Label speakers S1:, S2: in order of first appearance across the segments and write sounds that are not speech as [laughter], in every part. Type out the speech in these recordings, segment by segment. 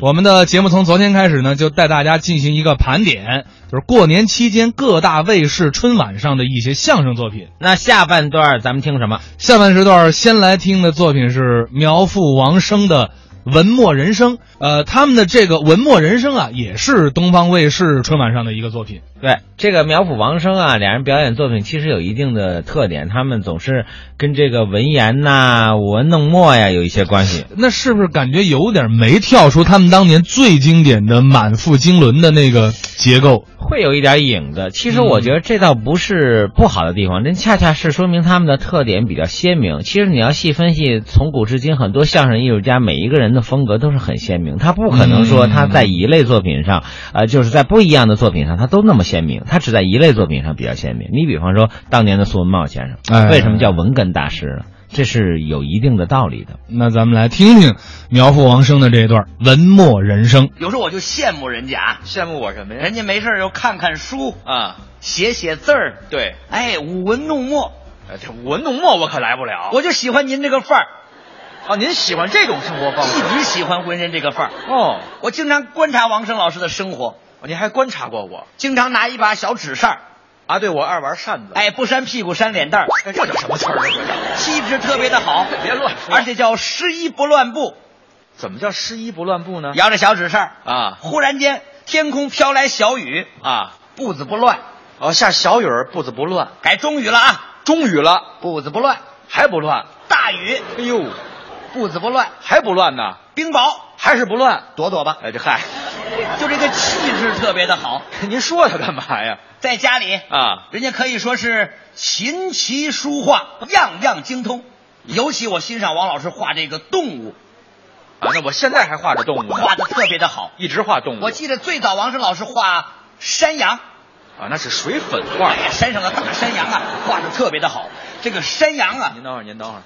S1: 我们的节目从昨天开始呢，就带大家进行一个盘点，就是过年期间各大卫视春晚上的一些相声作品。
S2: 那下半段儿咱们听什么？
S1: 下半时段先来听的作品是苗阜、王声的《文墨人生》。呃，他们的这个《文墨人生》啊，也是东方卫视春晚上的一个作品。
S2: 对，这个苗圃王声啊，俩人表演作品其实有一定的特点，他们总是跟这个文言呐、舞文弄墨呀有一些关系。
S1: 那是不是感觉有点没跳出他们当年最经典的满腹经纶的那个结构？
S2: 会有一点影子。其实我觉得这倒不是不好的地方，这恰恰是说明他们的特点比较鲜明。其实你要细分析，从古至今，很多相声艺术家每一个人的风格都是很鲜明，他不可能说他在一类作品上，呃，就是在不一样的作品上他都那么鲜明，他只在一类作品上比较鲜明。你比方说当年的苏文茂先
S1: 哎
S2: 生，为什么叫文哏大师呢？这是有一定的道理的。
S1: 那咱们来听听苗阜、王声的这一段《文墨人生》。
S3: 有时候我就羡慕人家啊，
S4: 羡慕我什么呀？
S3: 人家没事儿就看看书，
S4: 啊，
S3: 写写字儿，
S4: 对，
S3: 哎，舞文弄墨，
S4: 呃这文弄墨我可来不了。
S3: 我就喜欢您这个范儿，
S4: 啊，您喜欢这种生活方式？
S3: 一直喜欢浑身这个范儿。
S4: 哦，
S3: 我经常观察王声老师的生活，
S4: 您还观察过我
S3: 经常拿一把小纸扇儿，
S4: 啊？对，我爱玩扇子。，
S3: 哎，不扇屁股扇脸蛋儿，
S4: 这叫什么词儿啊？这叫
S3: 气质特别的好，
S4: [laughs] 别乱说
S3: 而且叫湿衣不乱步，
S4: 怎么叫失衣不乱步呢？
S3: 摇着小纸扇儿，
S4: 啊
S3: 忽然间天空飘来小雨，
S4: 啊，
S3: 步子不乱，
S4: 哦，下小雨儿步子不乱，
S3: 改中雨了啊，
S4: 中雨了
S3: 步子不乱，
S4: 还不乱？
S3: 大雨
S4: 哎呦，
S3: 步子不乱，
S4: 还不乱呢？
S3: 冰雹
S4: 还是不乱？
S3: 躲躲吧。
S4: 哎，这嗨，
S3: 就这个气质特别的好，
S4: 您说他 [laughs] 干嘛呀？
S3: 在家里，
S4: 啊，
S3: 人家可以说是琴棋书画样样精通。
S4: 嗯
S3: 尤其我欣赏王老师画这个动物，
S4: 啊，那我现在还画着动物呢，
S3: 画的特别的好。
S4: 一直画动物。
S3: 我记得最早王石老师画山羊，
S4: 啊，那是水粉画
S3: 哎。呀，山上的大山羊啊，画的特别的好。这个山羊啊，
S4: 您等会儿，您等会儿，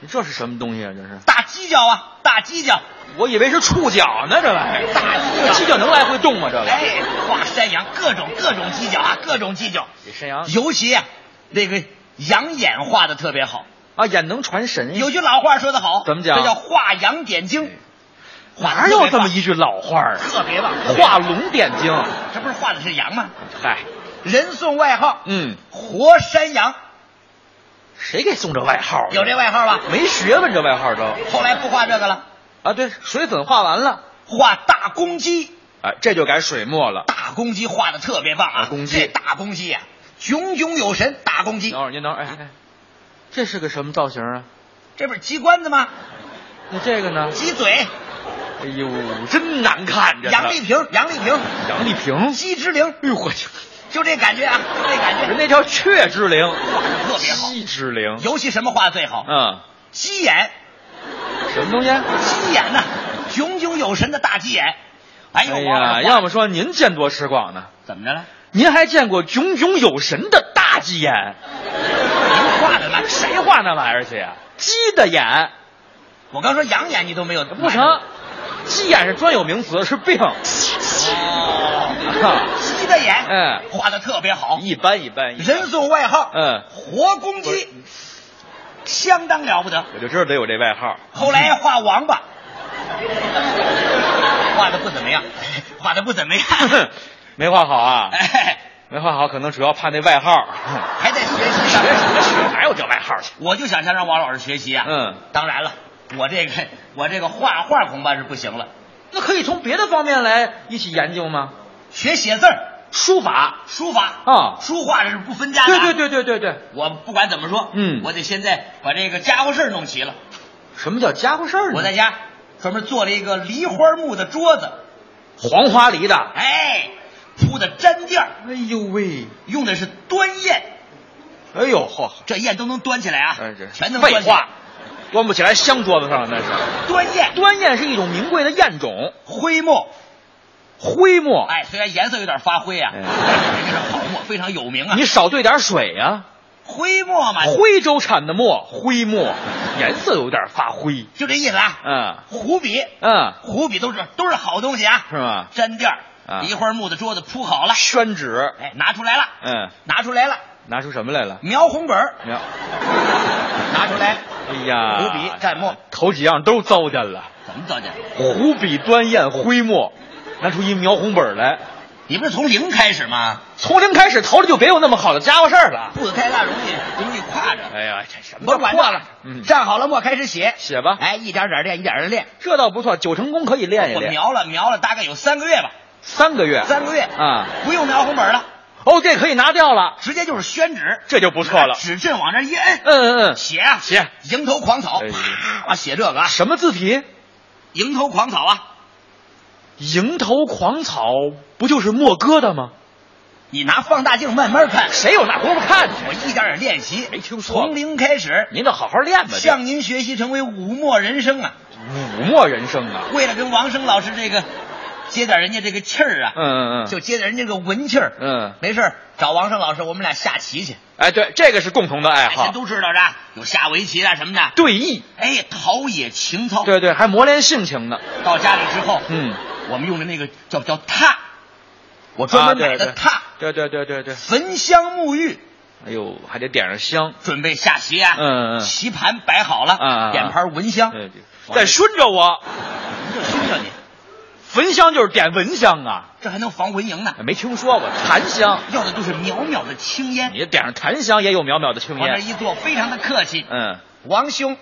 S4: 您这是什么东西啊？这是？
S3: 大犄角啊，大犄角，
S4: 我以为是触角呢，这玩意儿。
S3: 大犄角
S4: 这犄角能来回动吗？这个？
S3: 哎，画山羊各种各种犄角啊，各种犄角。
S4: 这山羊
S3: 尤其啊，那个羊眼画的特别好。
S4: 啊，眼能传神呀。
S3: 有句老话说得好，
S4: 怎么讲哎
S3: 这叫画羊点睛。
S4: 哪有这么一句老话儿啊？
S3: 特别棒？
S4: 画龙点睛。
S3: 这不是画的是羊吗？
S4: 嗨，
S3: 人送外号
S4: 嗯，
S3: “活山羊
S4: 谁给送这外号”，？
S3: 有这？外号吧？
S4: 没学问，这外号都
S3: 后来不画这个了，
S4: 啊，对，水粉画完了，
S3: 画大公鸡。
S4: 哎，这就改水墨了。
S3: 大公鸡画的特别棒啊！
S4: 大公鸡
S3: 这大公鸡呀、啊炯炯有神。大公鸡
S4: 等，会儿，您等会儿，哎，哎这是个什么造型啊？
S3: 这不是鸡冠子吗？
S4: 那这个呢？
S3: 鸡嘴，
S4: 哎呦，真难看着呢。
S3: 杨丽萍，杨丽萍，
S4: 杨丽萍，
S3: 鸡之灵。
S4: 哎呦我去，
S3: 就这感觉啊，就这感
S4: [laughs] 人
S3: 觉
S4: 那叫雀之灵，
S3: 特别好。
S4: 鸡之灵。
S3: 尤其什么画得最好？
S4: 嗯，
S3: 鸡眼，
S4: 什么东西？啊
S3: 鸡眼呐、炯炯有神的大鸡眼。哎呦，
S4: 哎
S3: 王老
S4: 呀，
S3: 师
S4: 要么说您见多识广呢，
S3: 怎么着了？
S4: 您还见过炯炯有神的大鸡眼？
S3: 您画的了
S4: 谁画那玩意儿去呀？鸡的眼
S3: 我刚说养眼你都没有，
S4: 不成，鸡眼是专有名词，是病。
S3: 哦，鸡的眼，
S4: 嗯
S3: 画的特别好，
S4: 一般一般一般。
S3: 人送外号，
S4: 嗯
S3: 活公鸡，相当了不得。
S4: 我就知道得有这外号。
S3: 后来画王八， [laughs] 画的不怎么样， [laughs] 画的不怎么
S4: [laughs]
S3: 样，
S4: [laughs] 没画好啊，
S3: 哎，
S4: 没画好，可能主要怕那外号。
S3: 还在学习
S4: 学
S3: 上面。
S4: 哎什么学？哪有这外号去？
S3: 我就想想让王老师学
S4: [laughs]
S3: 习啊。
S4: 嗯，
S3: 当然了，我这个我这个画画恐怕是不行了，
S4: 那可以从别的方面来一起研究吗？
S3: 学写字儿、
S4: 书法。
S3: 书法
S4: 啊
S3: 书画是不分家的。
S4: 对对。对对对对。
S3: 我不管怎么说，
S4: 嗯
S3: 我得现在把这个家伙事儿弄齐了。
S4: 什么叫家伙事儿呢？
S3: 我在家专门做了一个梨花木的桌子，
S4: 黄花梨的。
S3: 哎，铺的毡垫儿，
S4: 哎呦喂！
S3: 用的是端砚，
S4: 哎呦嚯！
S3: 这砚都能端起来啊，
S4: 哎这
S3: 全能
S4: 废
S3: 端起来
S4: 话。，端不起来镶桌子上了那是。
S3: 端砚、
S4: 端砚是一种名贵的砚种，
S3: 徽墨，
S4: 徽墨。
S3: 哎，虽然颜色有点发灰啊，
S4: 哎
S3: 但是好墨，非常有名啊。
S4: 你少兑点水呀、
S3: 徽墨嘛，
S4: 徽州产的墨，徽墨，颜色有点发灰。
S3: 就这意思啊。
S4: 嗯
S3: 湖笔，
S4: 嗯，
S3: 湖笔都是都是好东西啊，
S4: 是吗？
S3: 毡垫儿
S4: 啊
S3: 梨花木的桌子铺好了，
S4: 宣纸。
S3: 哎，拿出来了，
S4: 嗯，
S3: 拿出来了，
S4: 拿出什么来了？
S3: 嗯描红本儿
S4: 没有，
S3: 拿出来，
S4: 哎呀，
S3: 湖笔蘸墨，
S4: 头几样都糟践了，
S3: 怎么糟践？
S4: 湖笔端砚灰墨，拿出一描红本来，
S3: 你不是从零开始吗？
S4: 从零开始，头里就别有那么好的家伙事儿了。
S3: 不开那容易容易挎着。
S4: 哎呀，这什
S3: 我
S4: 么
S3: 管
S4: 破
S3: 他
S4: 了，嗯，
S3: 蘸好了墨开始写，
S4: 写吧
S3: 哎，一点点练，一点点练。
S4: 这倒不错，九成功可以练一
S3: 我
S4: 练，
S3: 描了描了，大概有三个月吧，
S4: 三个月，
S3: 三个月
S4: 啊，
S3: 不用描红本了，
S4: 哦，这可以拿掉了，
S3: 直接就是宣纸，
S4: 这就不错了。
S3: 纸震往那儿一摁，
S4: 嗯嗯嗯，
S3: 写啊
S4: 写，
S3: 蝇头狂草，
S4: 哎呀
S3: 啪，写这个啊，
S4: 什么字体？
S3: 蝇头狂草啊，
S4: 蝇头狂草不就是墨疙瘩吗？
S3: 你拿放大镜慢慢看，
S4: 谁有那功夫看去？
S3: 我一点点练习，
S4: 没听说过
S3: 从零开始，
S4: 您得好好练吧。这
S3: 向您学习成为武墨人生啊！
S4: 武墨人生啊，
S3: 为了跟王生老师这个接点人家这个气儿啊，
S4: 嗯嗯嗯，
S3: 就接点人家这个文气儿。
S4: 嗯，
S3: 没事儿找王生老师，我们俩下棋去。
S4: 哎，对，这个是共同的
S3: 哎，
S4: 爱好
S3: 咱，都知道的，有下围棋啊的什么的。
S4: 对弈，
S3: 哎，陶冶情操。
S4: 对对，还磨练性情呢。
S3: 到家里之后，
S4: 嗯，
S3: 我们用的那个叫叫榻，我专门
S4: 啊对
S3: 买的
S4: 对
S3: 榻，
S4: 对对对对对，
S3: 焚香沐浴，
S4: 哎呦，还得点上香。
S3: 准备下棋啊。
S4: 嗯嗯嗯
S3: 棋盘摆好了，
S4: 嗯嗯嗯
S3: 点盘蚊香，
S4: 哎再熏着我，
S3: 这熏着你，
S4: 焚香就是点蚊香啊，
S3: 这还能防蚊蝇呢。
S4: 没听说过檀香。
S3: 要的就是袅袅的青烟。
S4: 你点上檀香也有渺渺的青
S3: 往那儿
S4: 烟。
S3: 一坐，非常的客气。
S4: 嗯，
S3: 王兄，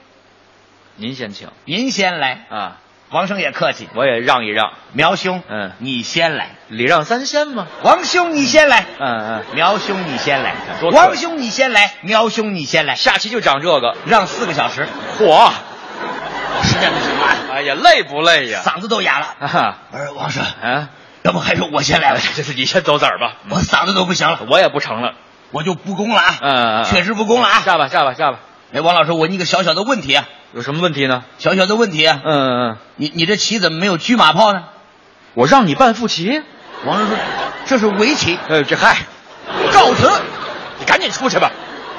S4: 您先请
S3: 您先来。
S4: 啊，
S3: 王生也客气。
S4: 我也让一让，
S3: 苗兄，
S4: 嗯
S3: 你先来。
S4: 礼让三先嘛。
S3: 王兄，你先来。
S4: 嗯嗯，
S3: 苗兄，你先来。
S4: 多客气
S3: 王兄，你先来。苗兄，你先来。
S4: 下棋就长这个
S3: 让四个小时，
S4: 火，
S3: 我实在不行了，
S4: 哎呀，累不累呀？
S3: 嗓子都哑了。
S4: 啊
S3: 我说王生，
S4: [laughs] 啊，
S3: 要不还是我先来
S4: 哎
S3: 吧，
S4: 这是你先走子儿吧，
S3: 我嗓子都不行了，
S4: 我也不成了。
S3: 我就不攻了啊。
S4: 嗯嗯嗯
S3: 确实不攻了啊。
S4: 下吧下吧下吧，
S3: 哎，王老师，我问你个小小的问题啊，
S4: 有什么问题呢？
S3: 小小的问题啊，
S4: 嗯嗯，嗯，
S3: 你你这棋怎么没有车马炮呢？
S4: 我让你办副棋。
S3: 王生说，这是围棋，
S4: 哎，这嗨，
S3: 告辞。
S4: 你赶紧出去吧，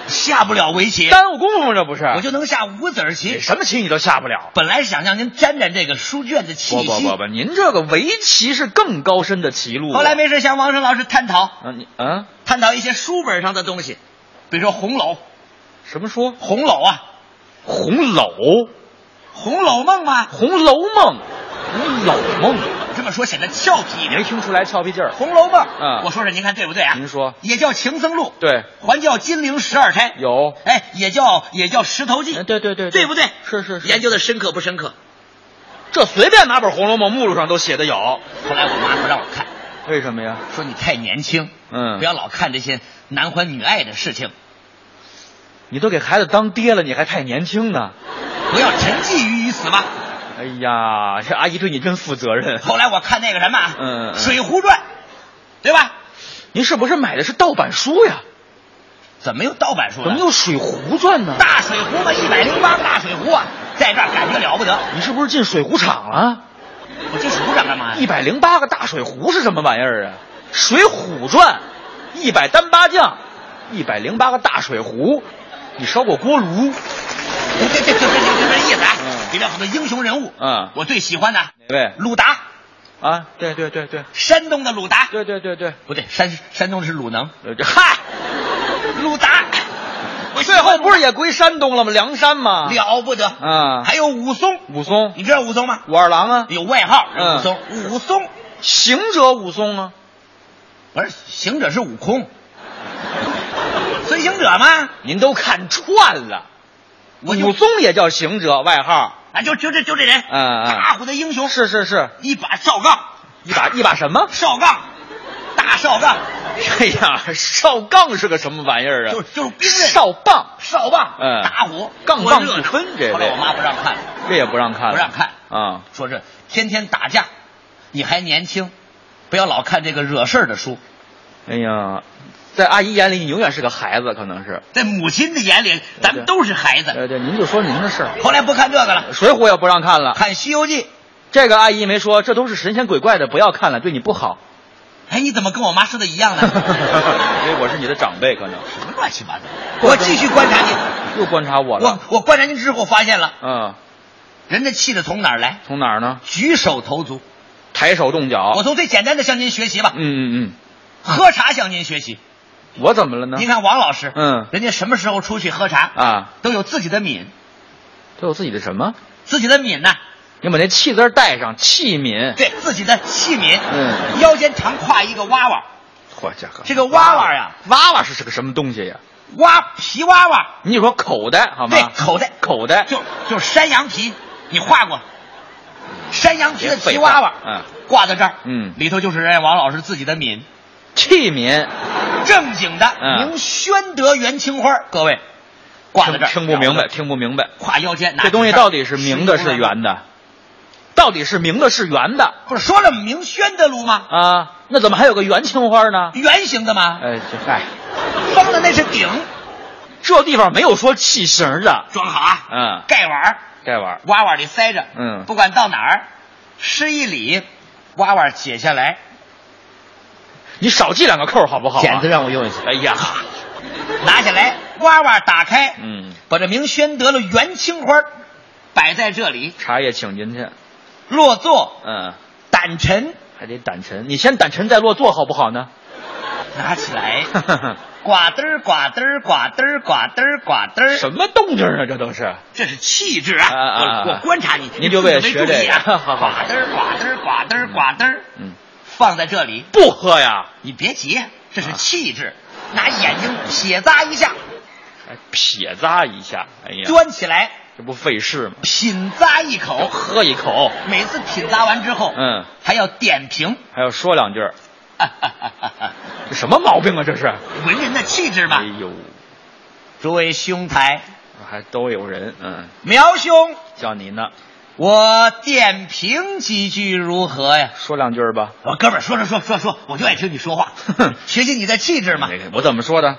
S3: 下不了围棋，
S4: 耽误功夫这不是？
S3: 我就能下五子儿
S4: 你
S3: 棋。
S4: 什么棋你都下不了。
S3: 本来是想让您沾沾这个书卷的气
S4: 不
S3: 息，
S4: 不不不，您这个围棋是更高深的棋路啊。
S3: 后来没事向王生老师探讨
S4: 啊你啊
S3: 探讨一些书本上的东西，比如说红楼，
S4: 什么说
S3: 红楼啊，
S4: 红楼
S3: 红楼梦嘛，
S4: 《红楼梦》《红楼梦》，
S3: 这么说显得俏皮一
S4: 没
S3: 点。
S4: 听出来俏皮劲儿？
S3: 红楼梦，
S4: 嗯
S3: 我说说您看对不对啊？
S4: 您说
S3: 也叫情僧录，
S4: 对，
S3: 还叫金陵十二钗，
S4: 有。
S3: 哎，也叫也叫石头记
S4: 哎，对对对
S3: 对不对？
S4: 是是是，
S3: 研究的深刻不深刻？
S4: 这随便哪本《红楼梦》目录上都写的有，
S3: 后来我妈不让我看，
S4: 为什么呀？
S3: 说你太年轻，
S4: 嗯
S3: 不要老看这些男欢女爱的事情。
S4: 你都给孩子当爹了，你还太年轻呢。
S3: 不要沉寂于于死吧。
S4: 哎呀，这阿姨对你真负责任。
S3: [laughs]
S4: [laughs]
S3: 后来我看那个什么啊，
S4: 嗯嗯嗯
S3: 水浒传》，对吧？
S4: 您是不是买的是盗版书呀？
S3: 怎么又盗版书
S4: 怎
S3: 了？
S4: 么有《水浒传》呢？
S3: 大水壶嘛，一百零八个大水壶啊，在这儿感觉了不得。
S4: 你是不是进水浒场了？
S3: 我这水壶长干嘛呀？
S4: 一百零八个大水壶是什么玩意儿啊？《水浒传》，一百单八将，一百零八个大水壶，你烧过锅炉？
S3: 这这这这这这这意思啊
S4: 嗯！
S3: 里面有很多英雄人物，
S4: 嗯
S3: 我最喜欢的
S4: 哪位
S3: 鲁达，
S4: 啊？对对对对
S3: 山东的鲁达，
S4: 对对对对，
S3: 不对，山山东是鲁能，啊
S4: 呃这嗨，
S3: 鲁达，我喜
S4: 嗯最
S3: 欢
S4: 后
S3: 鲁
S4: 不是也归山东了吗？梁山吗？
S3: 了不得。
S4: 啊，
S3: 还有武松，
S4: 武松、
S3: 你知道武松吗？
S4: 武二郎啊，
S3: 有外号
S4: 嗯
S3: 武松，武松
S4: 行者武松啊，
S3: 不是行者是悟空，孙行者吗？
S4: 您都看串了。
S3: 我
S4: 武
S3: 就
S4: 松也叫行者，外号。
S3: 啊，就就这就这人，
S4: 嗯嗯
S3: 大虎的英雄，
S4: 是是是，
S3: 一把哨杠，
S4: 一把一把什么？
S3: 哨杠，大哨杠，
S4: 哎呀，哨杠是个什么玩意儿啊？
S3: 就是就是兵刃，
S4: 哨棒，
S3: 哨棒，
S4: 嗯
S3: 打虎，
S4: 杠
S3: 多
S4: 棒
S3: 热
S4: 不
S3: 闹
S4: 分这位
S3: 后来我妈不让看了，
S4: 这也不让看了，
S3: 不让看
S4: 啊！
S3: 说是天天打架，你还年轻，不要老看这个惹事儿的书。
S4: 哎呀，在阿姨眼里，你永远是个孩子，可能是。
S3: 在母亲的眼里，咱们都是孩子。
S4: 呃，对，您就说您的事儿，
S3: 后来不看这个了，
S4: 《水浒》也不让看了。
S3: 看《西游记》。
S4: 这个阿姨没说，这都是神仙鬼怪的，不要看了，对你
S3: [laughs]
S4: 不好。
S3: 哎，你怎么跟我妈说的一样呢？
S4: [laughs] 因为我是你的长辈，可能
S3: [laughs] 什么乱七八糟！我继续观察您，
S4: 又观察我
S3: 我
S4: 了。
S3: 我观察您之后发现了，
S4: 嗯，
S3: 人的气质从哪儿来？
S4: 从哪儿呢？
S3: 举手投足。
S4: 抬手动脚。
S3: 我从最简单的向您学习吧，
S4: 嗯嗯
S3: 喝茶向您学习。
S4: 嗯，我怎么了呢
S3: 您？看王老师，
S4: 嗯
S3: 人家什么时候出去喝茶，
S4: 啊，
S3: 都有自己的抿，
S4: 都有自己的什么？
S3: 自己的敏呐，
S4: 你把那器字儿带上，器皿。
S3: 对自己的器皿，
S4: 嗯
S3: 腰间常挎一个娃娃，
S4: 嚯家伙，
S3: 这个娃娃呀，
S4: 娃娃是是个什么东西呀？
S3: 挖皮娃娃，
S4: 你说口袋好
S3: 对
S4: 吗？
S3: 口袋
S4: 口袋
S3: 哎就就是山羊皮，你画过，山羊皮的
S4: 别废
S3: 皮娃
S4: 话
S3: 娃，
S4: 嗯，
S3: 挂在这儿，
S4: 嗯
S3: 里头就是人家王老师自己的敏，
S4: 器皿，
S3: 正经的
S4: 嗯
S3: 明宣德元青花，各位，挂在
S4: 听
S3: 这儿，
S4: 听不明白，，听不明白。
S3: 挎腰间，拿
S4: 这东西
S3: 纸片儿
S4: 到底是明的，是？圆的？到底是明的，是圆的
S3: 不是说了明宣德炉吗？
S4: 啊？那怎么还有个圆青花呢？
S3: 圆形的吗？
S4: 哎，这嗨，
S3: 方的那是顶，
S4: 这地方没有说器型的。
S3: 装好啊，
S4: 嗯，
S3: 盖碗儿
S4: 这玩意儿
S3: 娃娃里塞着，
S4: 嗯
S3: 不管到哪儿，施一礼，娃娃解下来，
S4: 你少系两个扣好不好、啊？
S2: 剪子让我用一下。
S4: 哎呀，
S3: 拿下来，娃娃打开，
S4: 嗯，
S3: 把这明宣得了元青花儿摆在这里，
S4: 茶叶请进去。
S3: 落座
S4: 嗯，
S3: 胆沉，
S4: 还得掸尘，你先掸尘再落座好不好呢？
S3: 拿起
S4: [laughs]
S3: 来，呱嘚儿呱嘚儿呱嘚儿呱嘚儿呱嘚儿，
S4: 什么动静啊？这都是。
S3: 这是气质啊！
S4: 啊啊啊
S3: 我我观察你，
S4: 您就为了
S3: 自己
S4: 学
S3: 没注意啊
S4: 这个好好
S3: 呱嘚儿呱嘚儿呱嘚儿呱嘚儿，
S4: 嗯，
S3: 放在这里，
S4: 不喝呀？
S3: 你别急，这
S4: 啊
S3: 是气质，拿眼睛撇咂一下，
S4: 哎撇咂一下。哎呀，
S3: 端起来，
S4: 这不费事吗？
S3: 品咂一
S4: 我
S3: 口，
S4: 喝一口，
S3: 每次品咂完之后，
S4: 嗯，
S3: 还要点评， [laughs]
S4: 还要说两句儿。
S3: 哈哈哈哈
S4: 这什么毛病啊？这是？
S3: 文人的气质嘛
S4: 哎。呦，
S3: 诸位兄台，
S4: 还都有人，嗯，
S3: 苗兄，
S4: 叫你呢，
S3: 我点评几句如何呀？
S4: 说两句儿吧。
S3: 我哥们儿说说说说说，我就爱听你说 [laughs] 话，学习你的气质嘛。
S4: 那个我怎么说的？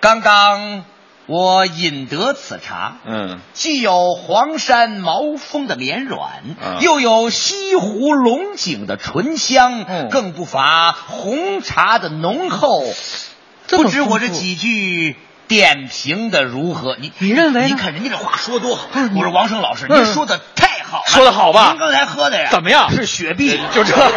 S3: 刚刚我饮得此茶，
S4: 嗯，
S3: 既有黄山毛峰的绵软，
S4: 嗯
S3: 又有西湖龙井的醇香，
S4: 嗯
S3: 更不乏红茶的浓厚。
S4: 么
S3: 不知我这
S4: 丰富
S3: 几句点评的如何？你
S4: 你认为呢
S3: 你看人家这话说多好。
S4: 是你
S3: 我说王生老师，
S4: 嗯
S3: 您说的太好了，
S4: 说得好吧
S3: 您刚才喝的呀？
S4: 怎么样
S3: 是雪碧，
S4: 就这个。